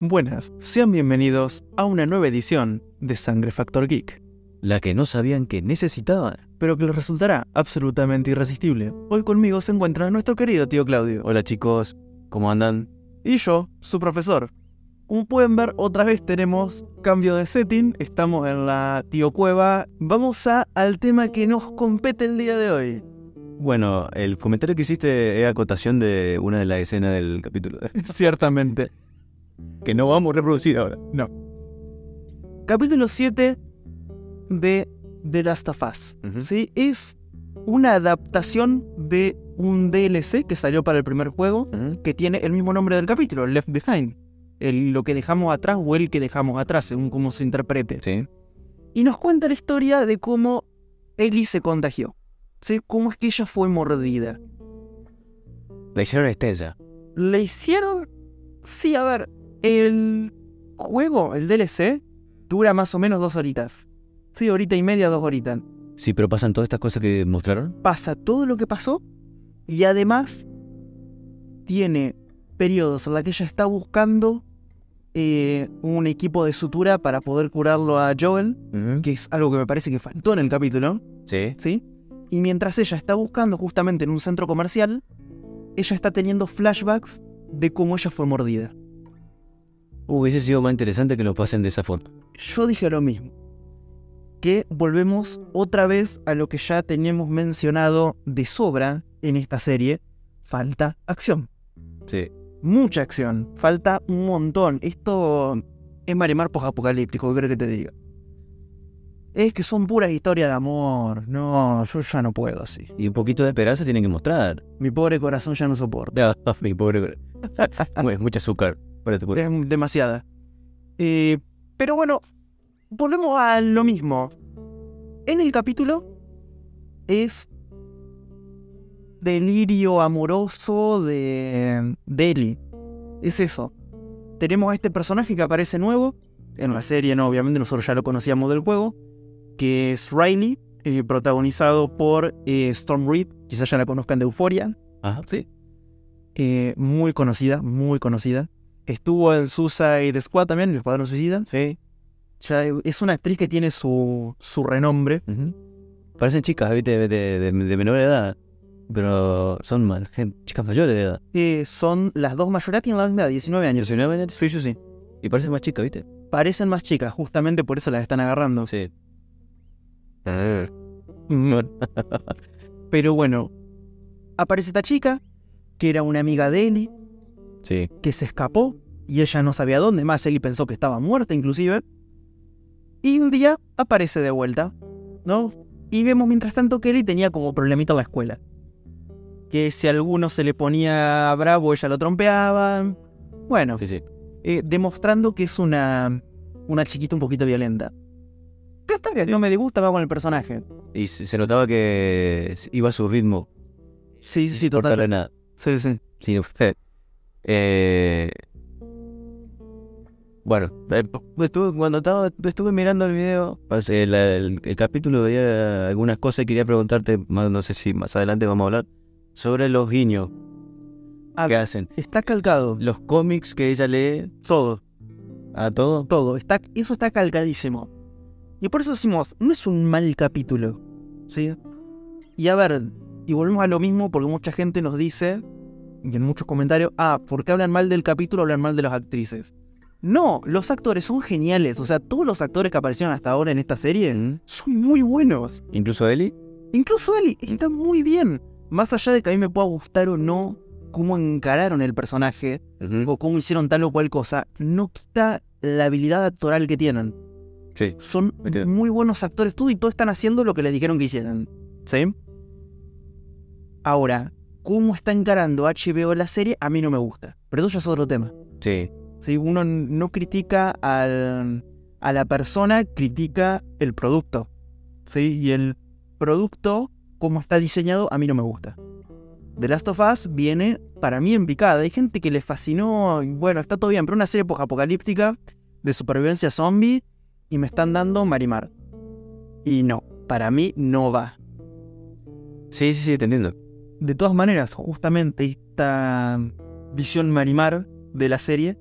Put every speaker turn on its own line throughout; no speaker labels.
Buenas, sean bienvenidos a una nueva edición de Sangre Factor Geek,
la que no sabían que necesitaban.
pero que les resultará absolutamente irresistible. Hoy conmigo se encuentra nuestro querido tío Claudio
Hola chicos, ¿cómo andan?
y yo, su profesor. Como pueden ver, otra vez tenemos cambio de setting, estamos en la tío cueva. Vamos a, al tema que nos compete el día de hoy.
Bueno, el comentario que hiciste eh, es acotación de una de las escenas del capítulo.
Ciertamente.
que no vamos a reproducir ahora.
Capítulo 7 de The Last of Us.
Ujú.
¿sí? Es una adaptación de un DLC que salió para el primer juego que tiene el mismo nombre del capítulo, Left Behind. El, lo que dejamos atrás o el que dejamos atrás, según cómo se interprete.
Sí.
Y nos cuenta la historia de cómo Ellie se contagió. ¿sí? Cómo es que ella fue mordida.
La hicieron estrella.
Le hicieron. Sí, a ver. El juego, el DLC, dura más o menos dos horitas. Sí, horita y media, dos horitas.
Sí, pero pasan todas estas cosas que mostraron.
Pasa todo lo que pasó y además tiene periodos en la que ella está buscando eh, un equipo de sutura para poder curarlo a Joel, que es algo que me parece que faltó en el capítulo,
Sí.
¿sí? Y mientras ella está buscando justamente en un centro comercial, ella está teniendo flashbacks de cómo ella fue mordida.
Uh, Hubiese sido más interesante que lo pasen de esa forma.
yo dije lo mismo. Que volvemos otra vez a lo que ya teníamos mencionado de sobra en esta serie. Falta acción.
Sí.
Mucha acción. Falta un montón. Esto es maremar posapocalíptico, creo que te diga. Es que son puras historias de amor. No, yo ya no puedo así.
Y un poquito de esperanza tienen que mostrar.
Mi pobre corazón ya no soporta.
Ya, Mi pobre. Bueno, Mucho azúcar. para este pobre.
Es demasiada. Eh, pero bueno, volvemos a lo mismo. En el capítulo es delirio amoroso de Deli. Es eso. Tenemos a este personaje que aparece nuevo. En la serie, no, obviamente nosotros ya lo conocíamos del juego. Que es Riley, eh, protagonizado por eh, Storm Reed. Quizás ya la conozcan de Euforia
Ajá, Ah, sí.
eh, muy conocida, muy conocida. Estuvo en Suicide Squad también, en el Escuadrón Suicida.
Sí.
Ya es una actriz que tiene su, su renombre.
Ujú. Parecen chicas, ¿viste? De, de- de- de menor edad. Pero son mal- gen- chicas mayores de edad.
Eh, son las dos mayores, tienen la misma edad, 19 años.
19 años.
Sí, sí, sí.
Y parecen más chicas, ¿viste?
Parecen más chicas, justamente por eso las están agarrando.
Sí. Ah,
Pero bueno, aparece esta chica, que era una amiga de Ellie,
Sí.
que se escapó y ella no sabía dónde más. Ellie pensó que estaba muerta, inclusive. Y un día aparece de vuelta, ¿no? Y vemos mientras tanto que Ellie tenía como problemita en la escuela. Que si a alguno se le ponía bravo, ella lo trompeaba. Bueno,
Sí, sí.
eh, demostrando que es una, una chiquita un poquito violenta. Que está bien, no me disgusta, va con el personaje.
Y se se notaba que s- iba a su ritmo.
Sí,
sin importarle nada.
Sí, sí.
Sin ofender. Eh, Bueno, eh, estuve- cuando estaba, estuve mirando el video, pues, el, el- el capítulo veía algunas cosas y quería preguntarte, más- no sé si más adelante vamos a hablar, sobre los guiños
Ah,
que hacen.
Está calcado.
Los cómics que ella lee
Todo.
a todo.
todo, está, eso está calcadísimo. Y por eso decimos, no es un mal capítulo. ¿Sí? Y a ver, y volvemos a lo mismo porque mucha gente nos dice, y en muchos comentarios, ah, ¿por qué hablan mal del capítulo, hablan mal de las actrices? No, los actores son geniales. O sea, todos los actores que aparecieron hasta ahora en esta serie
Ujú.
son muy buenos.
Incluso Eli.
Incluso Ellie está muy bien. Más allá de que a mí me pueda gustar o no cómo encararon el personaje, o cómo hicieron tal o cual cosa, no quita la habilidad actoral que tienen.
Sí.
Son
Entiendo.
muy buenos actores tú y todos están haciendo lo que les dijeron que hicieran. ¿Sí? Ahora, cómo está encarando HBO la serie, a mí no me gusta. Pero eso ya es otro tema.
Sí.
Si uno n- no critica al- a la persona, critica el producto. ¿Sí? Y el producto, como está diseñado, a mí no me gusta. The Last of Us viene para mí en picada. Hay gente que le fascinó, y bueno, está todo bien, pero una serie apocalíptica de supervivencia zombie y me están dando Marimar. Y no, para mí no va.
Sí, sí, sí, te entiendo.
De todas maneras, justamente esta visión marimar de la serie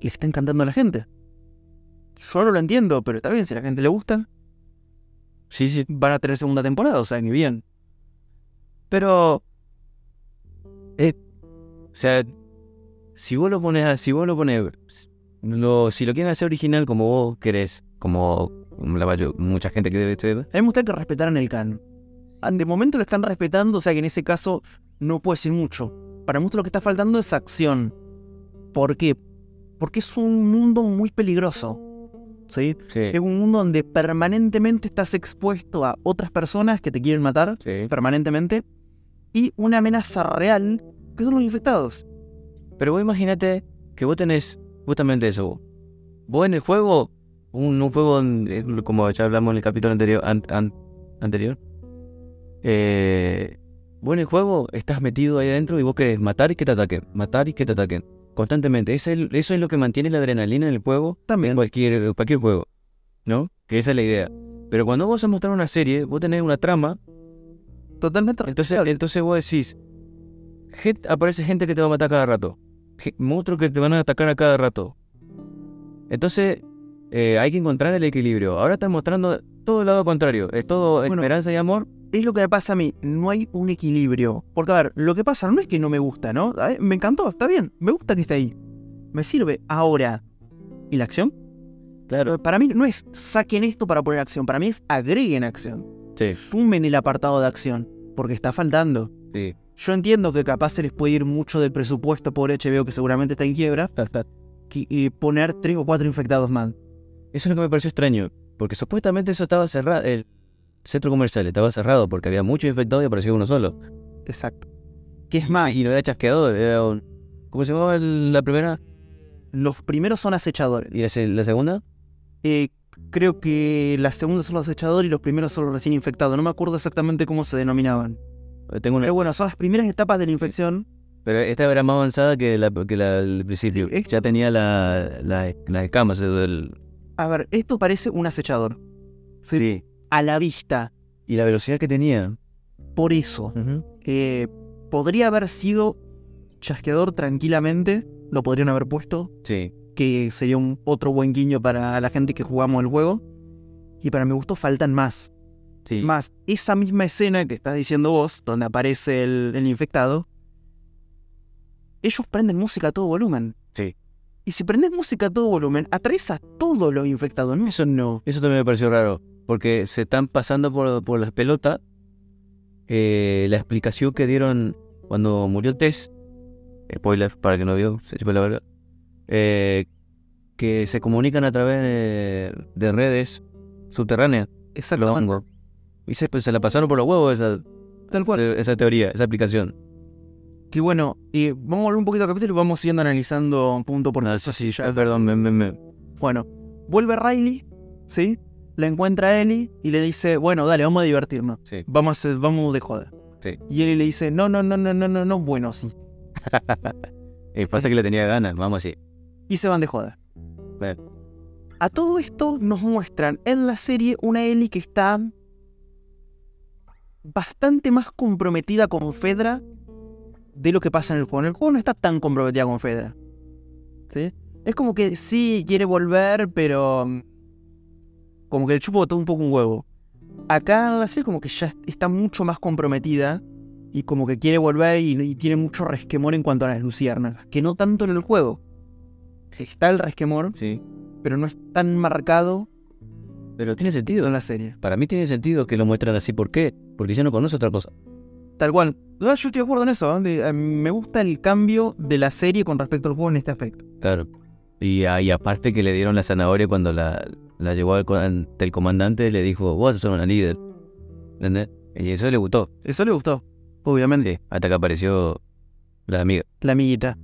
le está encantando a la gente. Yo no lo entiendo, pero está bien, si a la gente le gusta,
Sí, sí.
van a tener segunda temporada, o sea, ni bien. Pero
O sea, si vos lo pones, a- si vos lo pones, lo, si lo quieren hacer original como vos querés, como la mayo- mucha gente que debe este ser,
a mí me gustaría que respetaran el canon. Ah, De momento lo están respetando, o sea que en ese caso no puedo decir mucho. Para muchos lo que está faltando es acción. ¿Por qué? Porque es un mundo muy peligroso. ¿Sí?
sí,
Es un mundo donde permanentemente estás expuesto a otras personas que te quieren matar.
sí.
permanentemente y una amenaza real que son los infectados.
Pero vos imagínate que vos tenés justamente eso. vos. Vos en el juego, un, un juego, en- eh, como ya hablamos en el capítulo anterior, an- an- anterior eh, vos en el juego estás metido ahí adentro y vos querés matar y que te ataquen, matar y que te ataquen, constantemente. Es el- eso es lo que mantiene la adrenalina en el juego en
También.
cualquier, cualquier juego, ¿no? Que esa es la idea. Pero cuando vos vas a mostrar una serie, vos tenés una trama,
Totalmente.
entonces, entonces vos decís, gen- aparece gente que te va a matar cada rato, ge- monstruos que te van a atacar a cada rato. Entonces, eh, hay que encontrar el equilibrio. Ahora están mostrando todo el lado contrario, es todo
Bueno.
esperanza y amor.
Es lo que me pasa a mí, no hay un equilibrio. Porque, a ver, lo que pasa no es que no me gusta, ¿no? A ver, Me encantó, está bien, me gusta que esté ahí. Me sirve ahora. ¿Y la acción?
Claro,
Para mí no es saquen esto para poner acción, para mí es agreguen acción.
sí,
Sumen el apartado de acción, porque está faltando.
sí.
Yo entiendo que capaz se les puede ir mucho del presupuesto por HBO, que seguramente está en quiebra, que- y poner tres o cuatro infectados más.
Eso es lo que me pareció extraño, porque supuestamente eso estaba cerrado, el centro comercial estaba cerrado porque había muchos infectados y apareció uno solo.
Exacto. Que es más,
Y no era chasqueador, era un... ¿Cómo se llamaba el- la primera?
los primeros son acechadores.
¿Y la, se- la segunda?
Eh, creo que la segunda son los acechadores y los primeros son los recién infectados. No me acuerdo exactamente cómo se denominaban.
Eh, Tengo una...
Pero bueno, son las primeras etapas de la infección.
Pero esta era más avanzada que la, que la del principio.
Sí, es-
Ya tenía la, la- las escamas. eso del-
A ver, esto parece un acechador.
Sí.
A la vista.
Y la velocidad que tenía.
Por eso. eh, podría haber sido chasqueador tranquilamente. Lo podrían haber puesto.
Sí.
Que sería un otro buen guiño para la gente que jugamos el juego. Y para mi gusto faltan más.
Sí.
Más, esa misma escena que estás diciendo vos, donde aparece el, el infectado, ellos prenden música a todo volumen.
Sí.
Y si prendes música a todo volumen, atraes a todos los infectados, ¿no? Eso no.
Eso también me pareció raro. Porque se están pasando por, por las pelotas. eh, la explicación que dieron cuando murió Tess. Spoiler para el que no vio. Se chupa la verga. eh, que se comunican a través de, de redes subterráneas.
Exacto.
Y se, pues, se la pasaron por los huevos esa, eh,
Tal cual.
esa teoría, esa aplicación.
Que bueno, y vamos a volver un poquito al capítulo y vamos siguiendo analizando punto por
No,
punto.
eso sí, ya, Eh, perdón, me, me- me-
Bueno, vuelve Riley, ¿sí? La encuentra a Ellie y le dice, bueno, dale, vamos a divertirnos.
Sí.
Vamos, a hacer- vamos de joda.
Sí.
Y Ellie le dice, no, no, no, no, no, no, no, bueno, sí.
Eh, pasa que le tenía ganas, vamos así.
y se van de joda.
Bien.
A todo esto nos muestran en la serie una Ellie que está bastante más comprometida con Fedra de lo que pasa en el juego. En el juego no está tan comprometida con Fedra. ¿Sí? Es como que sí quiere volver, pero mm, como que le chupo todo un poco un huevo. Acá en la serie como que ya está mucho más comprometida y como que quiere volver y, y tiene mucho resquemor en cuanto a las luciernas, que no tanto en el juego está el resquemor,
Sí.
pero no es tan marcado
Pero tiene
en
sentido.
la serie.
Para mí tiene sentido que lo muestran así. ¿Por qué? Porque ya no conoce otra cosa.
Tal cual. No, Yo estoy de acuerdo en eso. ¿eh? De- eh, me gusta el cambio de la serie con respecto al juego en este aspecto.
Claro. Y, a- y aparte que le dieron la zanahoria cuando la, la llevó al co- ante el comandante, le dijo, vos sos una líder. ¿Entendés? Y eso le gustó.
Eso le gustó, obviamente.
Sí, Hasta que apareció la amiga.
La amiguita.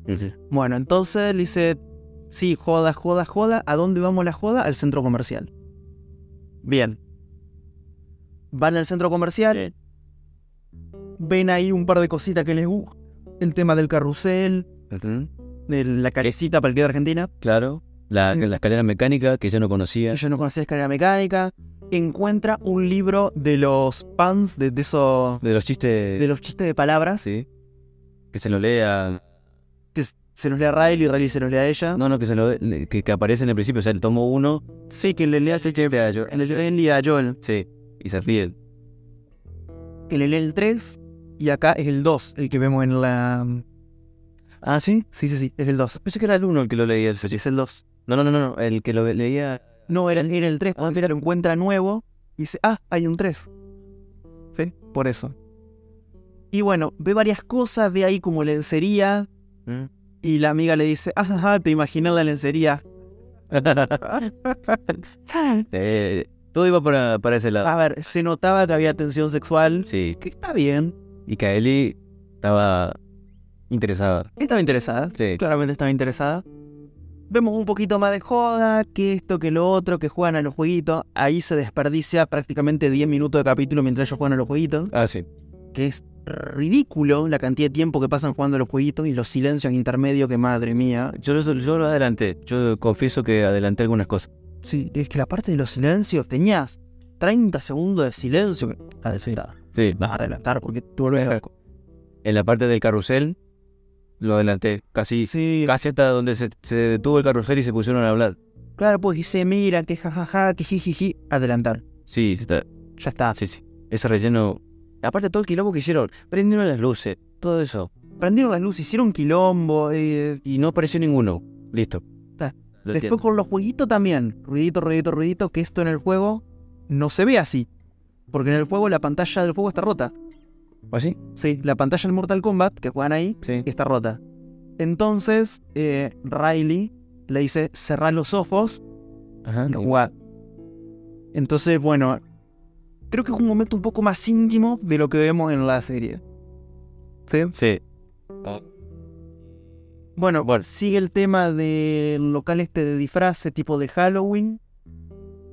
Bueno, entonces le dice, sí, joda, joda, joda, ¿a dónde vamos la joda? Al centro comercial. Bien. Van al centro comercial, ven ahí un par de cositas que les gusta. El tema del carrusel,
Ujú.
de la calecita para el que es de Argentina.
Claro. La,
Mm.
la escalera mecánica que ya no conocía.
Ella no conocía escalera mecánica. Encuentra un libro de los puns, de, de esos.
De los chistes.
de los chistes de palabras.
Sí. Que se lo lea.
Que s- se los lea a Riley, Riley se los lea a ella.
No, no, que, se lo, que, que aparece en el principio, o sea, el tomo 1,
Sí, que le lea
Sí, sí, a Joel.
Ellie a Joel.
sí, y se ríen.
Que le lea el 3 y acá es el 2, el que vemos en la...
Ah, sí,
Sí, sí, sí, es el 2.
pensé que era el 1 el que lo leía el
Es el 2.
No, no, no, no, el que lo leía.
No, era, era el 3. Cuando ella lo encuentra nuevo, dice, ah, hay un 3. ¿Sí? Por eso. Y bueno, ve varias cosas, ve ahí como lencería.
Mm.
Y la amiga le dice, ajá, ajá, te imaginé la lencería.
Eh, todo iba para, para ese lado.
A ver, se notaba que había tensión sexual.
Sí,
Que está bien.
y Kaeli estaba interesada.
Estaba interesada.
Sí.
Claramente estaba interesada. Vemos un poquito más de joda, que esto, que lo otro, que juegan a los jueguitos. Ahí se desperdicia prácticamente 10 minutos de capítulo mientras ellos juegan a los jueguitos.
Ah, sí.
que es ridículo la cantidad de tiempo que pasan jugando a los jueguitos y los silencios intermedios que madre mía.
Yo, lo- yo lo adelanté. Yo confieso que adelanté algunas cosas.
Sí, es que la parte de los silencios tenías 30 segundos de silencio. A decir,
Sí.
vas a adelantar porque tú volvés loco.
En la parte del carrusel, lo adelanté. Casi,
Sí,
casi hasta donde se, se detuvo el carrusel y se pusieron a hablar.
claro, pues y se mira, que jajaja, que jijiji, adelantar.
Sí, está- ah,
Ya está.
sí, sí. Ese relleno. Aparte, todo el quilombo que hicieron. Prendieron las luces, todo eso.
Prendieron las luces, hicieron quilombo. eh,
Y no apareció ninguno. Listo.
Está.
Lo
Después
entiendo.
con los jueguitos también. Ruidito, ruidito, ruidito, que esto en el juego no se ve así. Porque en el juego la pantalla del juego está rota.
¿Así?
Sí, la pantalla del Mortal Kombat que juegan ahí
¿Ah, Sí.
que está rota. Entonces, eh, Riley le dice, cerrar los ojos
Ajá.
y
no.
jugá". Entonces, bueno, creo que es un momento un poco más íntimo de lo que vemos en la serie. ¿Sí?
Sí.
Bueno,
Bueno.
sigue el tema del local este de disfraces tipo de Halloween.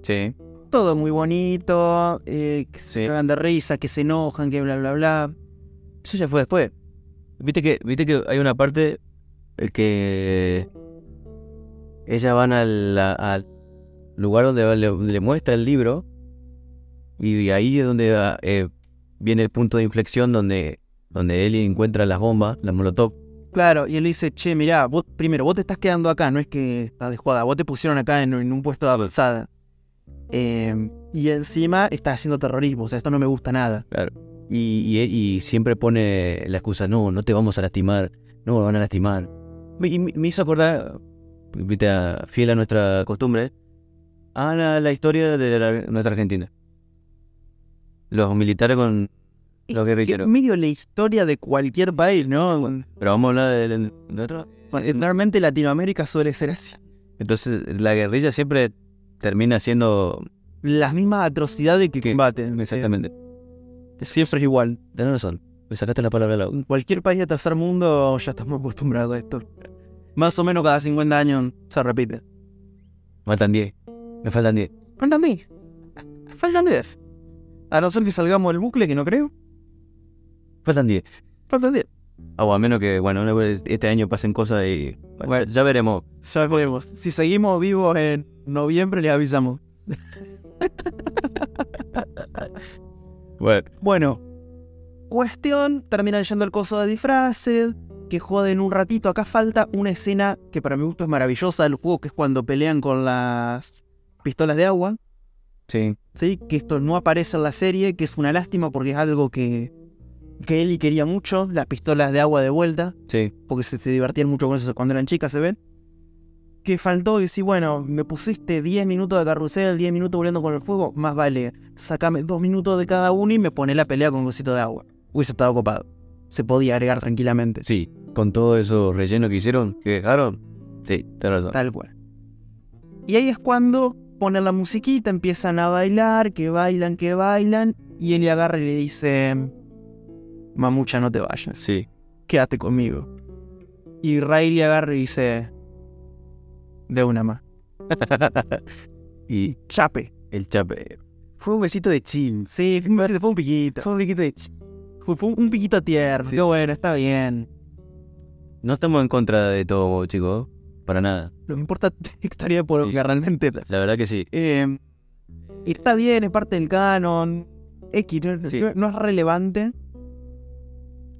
Sí.
Todo muy bonito, eh, que se
Sí.
cagan de risa, que se enojan, que bla, bla, bla.
Eso ya fue después. Viste que, viste que hay una parte eh, que ellas van al, la- al lugar donde va- le, le muestra el libro y de ahí es donde ah, eh, viene el punto de inflexión donde donde Ellie encuentra las bombas, las molotov.
Claro, y él dice, che, mirá, vos, primero, vos te estás quedando acá, no es que estás de jugada, vos te pusieron acá en, en un puesto de avanzada. Eh, y encima estás haciendo terrorismo, o sea, esto no me gusta nada.
Y, y, y siempre pone la excusa, no, no te vamos a lastimar, no me van a lastimar. Me- Y me, me hizo acordar, viste, a- fiel a nuestra costumbre, a la, la historia de la- nuestra Argentina. Los militares con los
Que
guerrilleros.
medio la historia de cualquier país, ¿no?
Pero vamos a hablar de, de- de otro.
Realmente Latinoamérica suele ser así.
Entonces, la guerrilla siempre termina siendo...
Las mismas atrocidades que
Que-
combaten.
Exactamente.
Eh, siempre es igual.
Tenés razón. Me sacaste la palabra de la boca.
En cualquier país de tercer mundo ya estamos acostumbrados a esto. Más o menos cada 50 años se repite.
Faltan 10. Me faltan 10.
Faltan 10. Faltan 10. A no ser que salgamos del bucle, que no creo.
Faltan 10.
Faltan 10.
Ah, o a menos que, bueno, este año pasen cosas y... bueno,
Bueno.
ya veremos.
Ya veremos. Si seguimos vivos en noviembre, les avisamos.
Bueno.
Bueno, cuestión: terminan yendo el coso de disfraces, que joden un ratito. Acá falta una escena que para mi gusto es maravillosa del juego, que es cuando pelean con las pistolas de agua.
Sí.
¿sí? Que esto no aparece en la serie, que es una lástima porque es algo que, que Ellie quería mucho, las pistolas de agua de vuelta.
Sí,
porque se, se divertían mucho con eso cuando eran chicas, se ven. Que faltó y sí, bueno, me pusiste 10 minutos de carrusel, 10 minutos volando con el fuego, más vale, sacame 2 minutos de cada uno y me pone la pelea con un cosito de agua. Hubiese estado copado. Se podía agregar tranquilamente.
sí. Con todo eso relleno que hicieron, que dejaron. Sí, tenés razón.
Tal cual. Y ahí es cuando ponen la musiquita, empiezan a bailar, que bailan, que bailan, y él le agarra y le dice, mamucha, no te vayas.
Sí.
quédate conmigo. Y Riley agarra y dice, de una más.
Y
Chape.
el chape. Fue un besito de chill.
Sí, fue un- fue un piquito. Fue un piquito de ch- Fue fue un piquito tierno.
Sí.
Qué bueno, está bien.
No estamos en contra de todo, chicos. Para nada.
Lo que importa estaría por
Sí.
que realmente.
La verdad que sí.
eh, está bien, es parte del canon. X no,
Sí.
no- no es relevante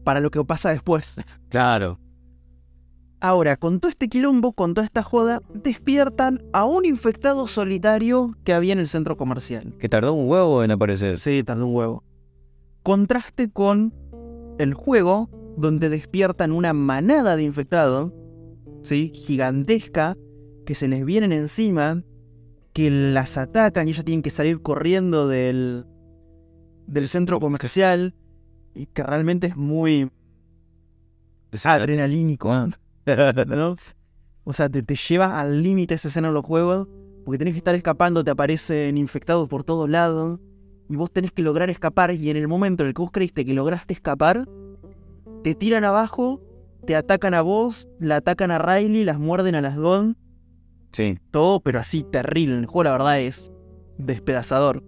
para lo que pasa después.
Claro.
Ahora, con todo este quilombo, con toda esta joda, despiertan a un infectado solitario que había en el centro comercial.
Que tardó un huevo en aparecer.
Sí, tardó un huevo. Contraste con el juego, donde despiertan una manada de infectados, ¿sí? Gigantesca, que se les vienen encima, que las atacan y ellas tienen que salir corriendo del, del centro comercial, y que realmente es muy adrenalínico, ¿eh? ¿no? O sea, te, te lleva al límite esa escena de los juegos, porque tenés que estar escapando, te aparecen infectados por todos lados, y vos tenés que lograr escapar, y en el momento en el que vos creíste que lograste escapar, te tiran abajo, te atacan a vos, la atacan a Riley, las muerden a las Don,
Sí.
todo, pero así terrible. El juego, la verdad, es despedazador.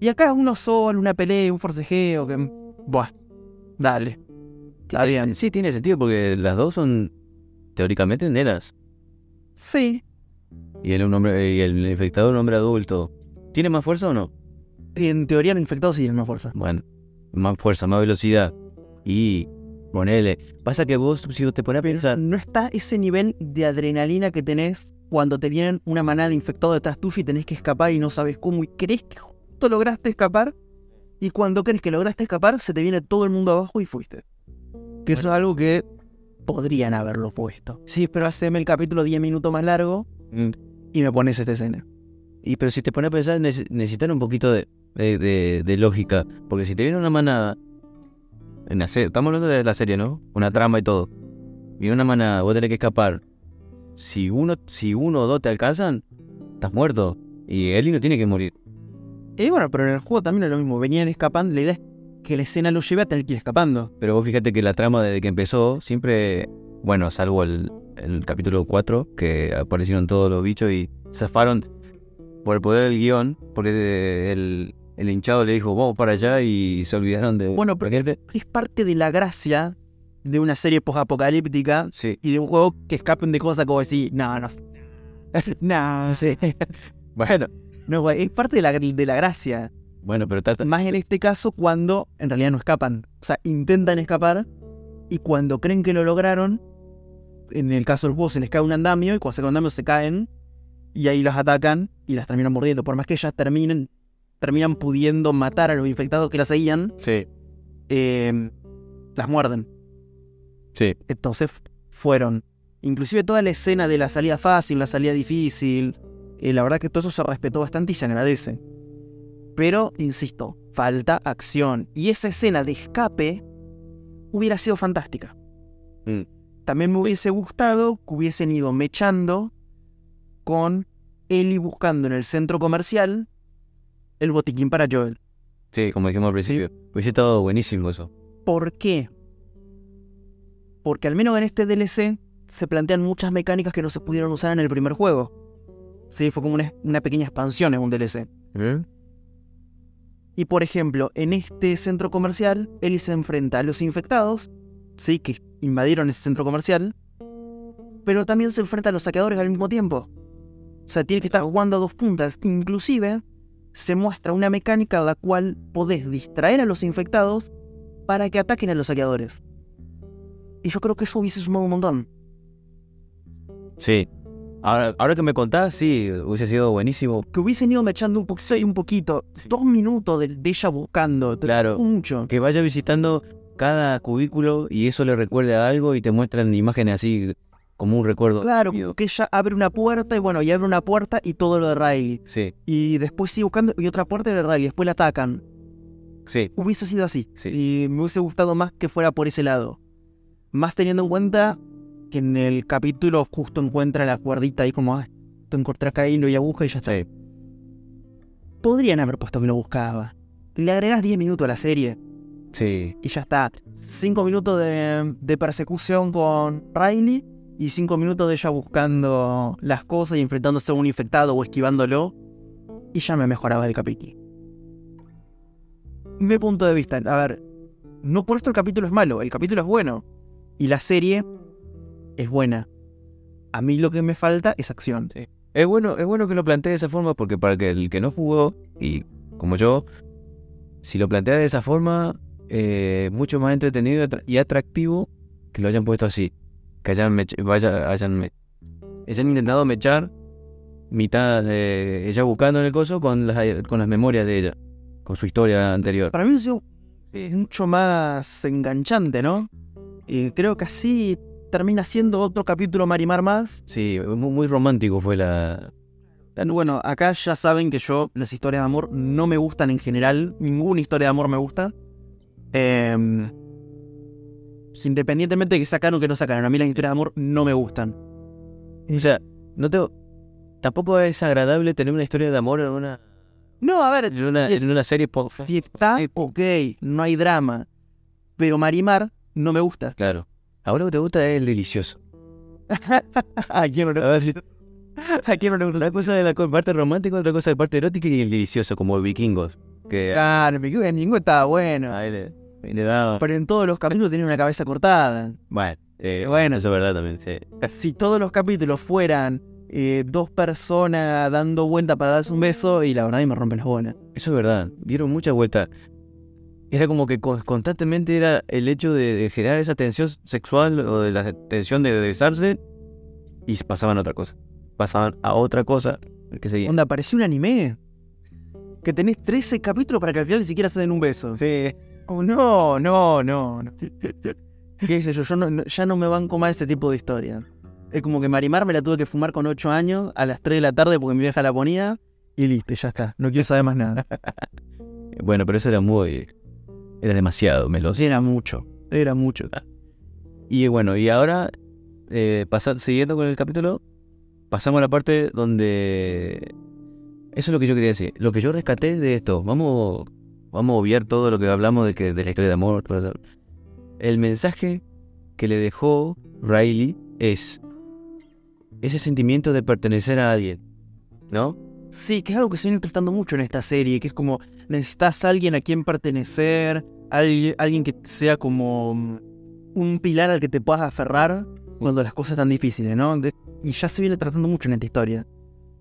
Y acá uno solo, una pelea, un forcejeo, que. Buah, dale. Está bien.
Eh, Sí, tiene sentido porque las dos son teóricamente nenas.
Sí,
Y el, un hombre, y el infectado es un hombre adulto. ¿Tiene más fuerza o no?
en teoría los infectados sí tienen más fuerza.
Bueno, más fuerza, más velocidad. Y ponele. Pasa que vos, si te pones a pensar.
No está ese nivel de adrenalina que tenés cuando te vienen una manada de infectados detrás tuyo y tenés que escapar y no sabes cómo y crees que justo lograste escapar y cuando crees que lograste escapar se te viene todo el mundo abajo y fuiste. Que eso es algo que podrían haberlo puesto. Sí, pero haceme el capítulo 10 minutos más largo
mm,
y me pones esta escena.
Y pero si te pones a pensar, neces- necesitan un poquito de, de- de- de lógica. Porque si te viene una manada. En la se- estamos hablando de la serie, ¿no? Una trama y todo. Viene una manada, vos tenés que escapar. Si uno, si uno o dos te alcanzan, estás muerto. Y Eli no tiene que morir.
Y bueno, pero en el juego también es lo mismo. Venían escapando, la idea es que la escena lo lleve a tener que ir escapando.
Pero vos fíjate que la trama desde que empezó, siempre, bueno, salvo el, el capítulo 4, que aparecieron todos los bichos y zafaron por el poder del guión, porque eh, el, el hinchado le dijo, vamos para allá y se olvidaron de...
Bueno, pero-
la gente.
Es parte de la gracia de una serie posapocalíptica
Sí,
y de un juego que escapen de cosas como decir, no, no, no, sí.
bueno.
No, güey, es parte de la, de la gracia.
Bueno, pero trata...
Más en este caso cuando en realidad no escapan. O sea, intentan escapar y cuando creen que lo lograron, en el caso del juego se les cae un andamio y cuando se cae un andamio se caen y ahí las atacan y las terminan mordiendo. Por más que ellas terminen, terminan pudiendo matar a los infectados que las seguían,
Sí,
eh, las muerden.
sí.
Entonces f- fueron. Inclusive toda la escena de la salida fácil, la salida difícil. eh, la verdad que todo eso se respetó bastante y se agradece. Pero, insisto, falta acción. Y esa escena de escape hubiera sido fantástica.
Mm.
También me hubiese gustado que hubiesen ido mechando con Ellie buscando en el centro comercial el botiquín para Joel.
Sí, como dijimos al principio. Pues estado buenísimo eso.
¿Por qué? Porque al menos en este DLC se plantean muchas mecánicas que no se pudieron usar en el primer juego. Sí, fue como una, una pequeña expansión en un DLC. Y por ejemplo, en este centro comercial, Ellie se enfrenta a los infectados, sí, que invadieron ese centro comercial, pero también se enfrenta a los saqueadores al mismo tiempo. O sea, tiene que estar jugando a dos puntas. Inclusive, se muestra una mecánica en la cual podés distraer a los infectados para que ataquen a los saqueadores. Y yo creo que eso hubiese sumado un montón.
Sí. Ahora, ahora que me contás, sí, hubiese sido buenísimo.
Que hubiesen ido mechando un poquito y un poquito.
Sí.
Dos minutos de, de ella buscando. te-
Claro.
Mucho.
Que vaya visitando cada cubículo y eso le recuerde a algo y te muestran imágenes así como un recuerdo.
Claro,
vivido.
que ella abre una puerta y bueno, y abre una puerta y todo lo de Riley.
Sí,
Y después sigue buscando y otra puerta de Riley. Después la atacan.
sí,
Hubiese sido así.
Sí.
Y me hubiese gustado más que fuera por ese lado. Más teniendo en cuenta que en el capítulo justo encuentra la cuerdita ahí como, ah, tú encontrás caído y aguja y ya está.
sí.
Podrían haber puesto que lo buscaba. Le agregás 10 minutos a la serie
Sí,
y ya está. 5 minutos de, de persecución con Riley y 5 minutos de ella buscando las cosas y enfrentándose a un infectado o esquivándolo. Y ya me mejoraba el capítulo. Mi punto de vista, a ver, no por esto el capítulo es malo, el capítulo es bueno. Y la serie es buena. A mí lo que me falta es acción.
Es bueno, es bueno que lo plantees de esa forma porque para que el que no jugó, y como yo, si lo planteas de esa forma, eh, mucho más entretenido y atra- y atractivo que lo hayan puesto así. que hayan, mech- vaya, hayan, me- hayan intentado mechar mitad de ella buscando en el coso con las, con las memorias de ella, con su historia anterior.
Para mí ha sido mucho más enganchante, ¿no? Y creo que así termina siendo otro capítulo Marimar más.
Sí, muy, muy romántico fue la...
Bueno, acá ya saben que yo las historias de amor no me gustan en general. Ninguna historia de amor me gusta. Em, independientemente de que sacaron o que no sacaron, a mí las historias de amor no me gustan.
O sea, no te... Tampoco es agradable tener una historia de amor en una,
No, a ver,
en una, en una serie por...
si está, ok, no hay drama. Pero Marimar no me gusta.
Claro. Ahora lo que te gusta es el delicioso.
¿A quién no le
A ver,
¿A quién no le gusta?
una cosa es la co- parte romántica, otra cosa es la parte erótica y el delicioso, como vikingos. Que
Claro, me equivoqué, ninguno estaba bueno.
a él le, le daba...
Pero en todos los capítulos tenía una cabeza cortada.
Bueno, eh,
Bueno.
eso es verdad también, sí.
Si todos los capítulos fueran eh, dos personas dando vuelta para darse un beso, y la verdad y me rompen las bolas.
Eso es verdad, dieron mucha vuelta. Era como que co- constantemente era el hecho de, de generar esa tensión sexual o de la tensión de besarse y se pasaban a otra cosa. Pasaban a otra cosa que seguía.
Onda, parecía un anime. Que tenés 13 capítulos para que al final ni siquiera se den un beso.
Sí.
Oh, no, no, no. no. ¿Qué sé yo? Yo no- no- ya no me banco más ese tipo de historia. Es como que Marimar me la tuve que fumar con 8 años a las 3 de la tarde porque mi vieja la ponía y listo, ya está. No quiero saber más nada.
Bueno, pero eso era muy... Era demasiado meloso.
Era mucho, era mucho.
Y bueno, y ahora, eh, pasa- siguiendo con el capítulo, pasamos a la parte donde... Eso es lo que yo quería decir. Lo que yo rescaté de esto, vamos, vamos a obviar todo lo que hablamos de, que, de la historia de amor. todo eso. El mensaje que le dejó Riley es ese sentimiento de pertenecer a alguien, ¿no?
Sí, que es algo que se viene tratando mucho en esta serie, que es como necesitas alguien a quien pertenecer, alguien, alguien que sea como mm, un pilar al que te puedas aferrar cuando las cosas están difíciles, ¿no? De- y ya se viene tratando mucho en esta historia.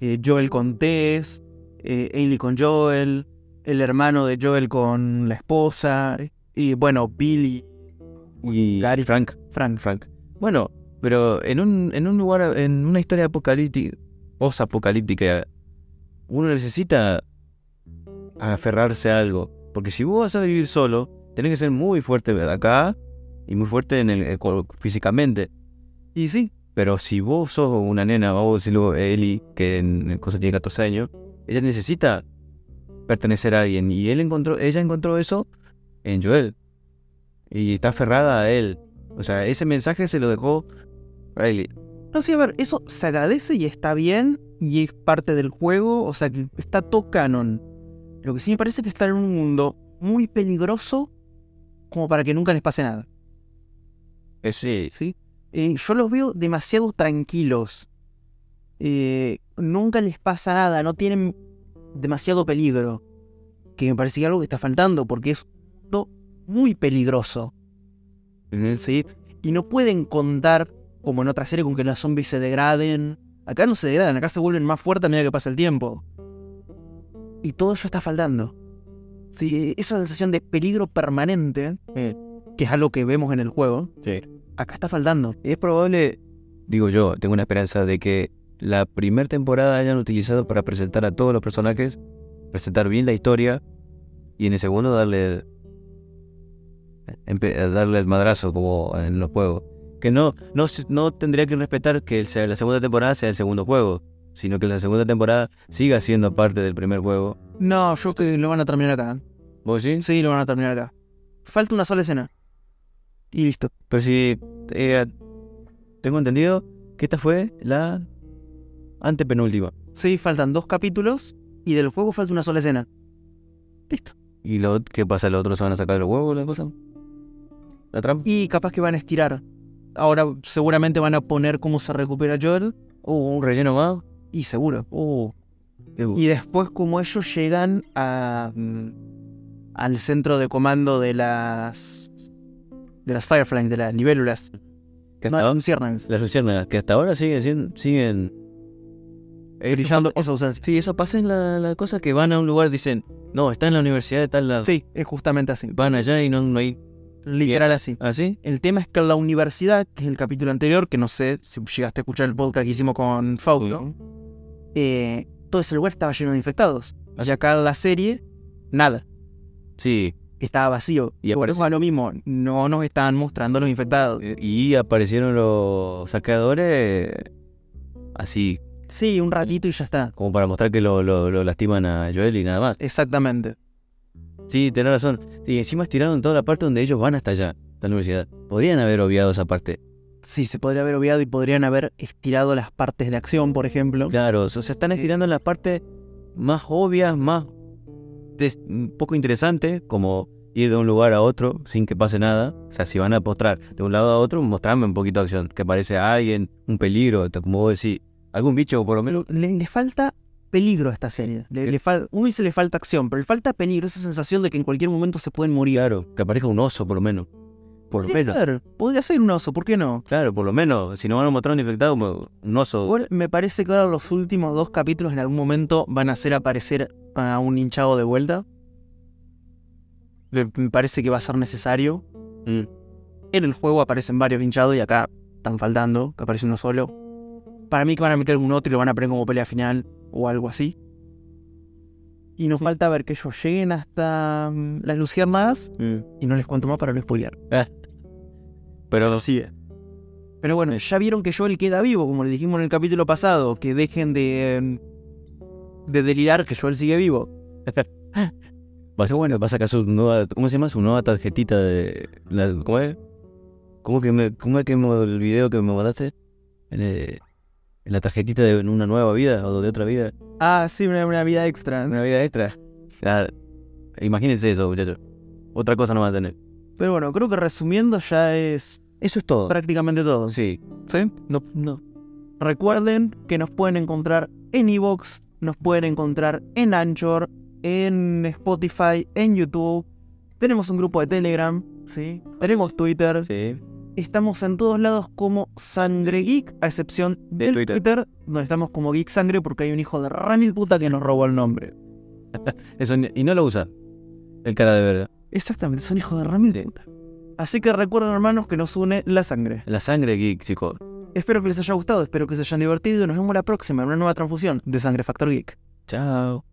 Eh, Joel con Tess, eh, Ailey con Joel, el hermano de Joel con la esposa, y bueno, Billy,
Y
Gary-
Frank.
Frank.
Frank. Bueno, pero en un, en un lugar, en una historia apocalíptica, post-apocalíptica, uno necesita aferrarse a algo. Porque si vos vas a vivir solo, tenés que ser muy fuerte de acá y muy fuerte en el, eh, co- físicamente.
Y sí,
Pero si vos sos una nena, vamos a decirlo, Eli, que en el cosa tiene 14 años, ella necesita pertenecer a alguien. Y él encontró, ella encontró eso en Joel. Y está aferrada a él. O sea, ese mensaje se lo dejó Riley.
No, sí, a ver, eso se agradece y está bien y es parte del juego, o sea que está todo canon. Lo que sí me parece es que está en un mundo muy peligroso como para que nunca les pase nada,
sí.
¿sí? Eh, yo los veo demasiado tranquilos. Eh, nunca les pasa nada, no tienen demasiado peligro. Que me parece que es algo que está faltando porque es un mundo muy peligroso. ¿sí? Y no pueden contar, como en otra serie, con que los zombies se degraden. Acá no se degradan, acá se vuelven más fuertes a medida que pasa el tiempo. Y todo eso está faltando. Sí, esa sensación de peligro permanente, eh, que es algo que vemos en el juego,
Sí.
acá está faltando.
Es probable, digo yo, tengo una esperanza de que la primera temporada hayan utilizado para presentar a todos los personajes, presentar bien la historia y en el segundo darle empe- darle el madrazo como en los juegos. Que no, no, se- no tendría que respetar que el se- la segunda temporada sea el segundo juego, sino que la segunda temporada siga siendo parte del primer juego.
No, yo creo que lo van a terminar acá.
¿Vos sí?
Sí, lo van a terminar acá. Falta una sola escena. Y listo.
Pero si eh, tengo entendido que esta fue la antepenúltima.
Sí, faltan dos capítulos y del juego falta una sola escena. Listo.
¿Y lo, qué pasa? ¿Los otros se van a sacar los huevos la cosa? ¿La trampa?
Y capaz que van a estirar. Ahora seguramente van a poner cómo se recupera Joel.
Uh, un relleno más.
Y seguro.
Uh, qué bu-
Y después como ellos llegan a, mm, al centro de comando de las... De las Fireflies, de las libélulas.
que hasta
No,
ahora-
luciérnagas.
las luciérnagas, que hasta ahora siguen sin- siguen. eh,
Brillando por su ausencia.
Sí, eso pasa en la, la cosa que van a un lugar, dicen, no, está en la universidad de tal lado.
Sí, es justamente así.
Van allá y no, no hay ¿ah,
Literal así.
¿Así?
El tema es que la universidad, que es el capítulo anterior, que no sé si llegaste a escuchar el podcast que hicimos con Fausto, eh, todo ese lugar estaba lleno de infectados. Y acá en la serie, nada.
Sí.
Estaba vacío.
Y
por
aparece-
eso a lo mismo, no nos estaban mostrando los infectados.
Y aparecieron los saqueadores así,
Sí, un ratito y ya está.
como para mostrar que lo, lo- lo lastiman a Joel y nada más.
Exactamente.
Sí, tenés razón. Y encima estiraron toda la parte donde ellos van hasta allá, hasta la universidad. Podrían haber obviado esa parte.
Sí, se podría haber obviado y podrían haber estirado las partes de acción, por ejemplo.
Claro, o sea, están estirando las partes más obvias, más des- un poco interesantes, como ir de un lugar a otro sin que pase nada. O sea, si van a postrar de un lado a otro, mostrarme un poquito de acción. Que aparece alguien, un peligro, t- como vos decís, algún bicho por lo menos.
Pero le, le falta peligro a esta serie. Le, le fal- uno dice le falta acción, pero le falta peligro, esa sensación de que en cualquier momento se pueden morir.
Claro, que aparezca un oso por lo menos. Por lo
Podría
menos.
ser, podría ser un oso, ¿por qué no?
Claro, por lo menos. Si no van a mostrar un infectado, mo- un oso.
Igual me parece que ahora los últimos dos capítulos en algún momento van a hacer aparecer a un hinchado de vuelta. Me me parece que va a ser necesario.
Mm.
En el juego aparecen varios hinchados y acá están faltando, que aparece uno solo. Para mí que van a meter algún otro y lo van a poner como pelea final o algo así. Y nos falta ver que ellos lleguen hasta mm, las luciérnagas
Mm.
y no les cuento más para no spoilear.
Pero lo sigue.
Pero bueno, ya vieron que Joel queda vivo, como le dijimos en el capítulo pasado, que dejen de em, de delirar que Joel sigue vivo.
Va a, ser- va a sacar su nueva, ¿cómo se llama? Su nueva tarjetita de... la- ¿Cómo es? ¿Cómo, que me, ¿Cómo es que me- el video que me mandaste? Eh, la tarjetita de una nueva vida o de otra vida.
Ah, sí, una, una vida extra.
Una vida extra. Ah, imagínense eso, muchachos. Otra cosa no van a tener.
Pero bueno, creo que resumiendo ya es
Eso es todo.
prácticamente todo.
Sí.
¿Sí? No, no. Recuerden que nos pueden encontrar en Evox, nos pueden encontrar en Anchor, en Spotify, en YouTube. Tenemos un grupo de Telegram, ¿sí? Tenemos Twitter.
Sí.
Estamos en todos lados como Sangre Geek, a excepción
De
de Twitter.
Twitter.
donde estamos como Geek Sangre porque hay un hijo de Ramil puta que nos robó el nombre.
Eso, ni- y no lo usa. El cara de verga.
Exactamente, son hijos de Ramil
Sí.
puta. Así que recuerden, hermanos, que nos une la sangre.
La sangre geek, chicos.
Espero que les haya gustado, espero que se hayan divertido y nos vemos la próxima en una nueva transfusión de Sangre Factor Geek.
Chao.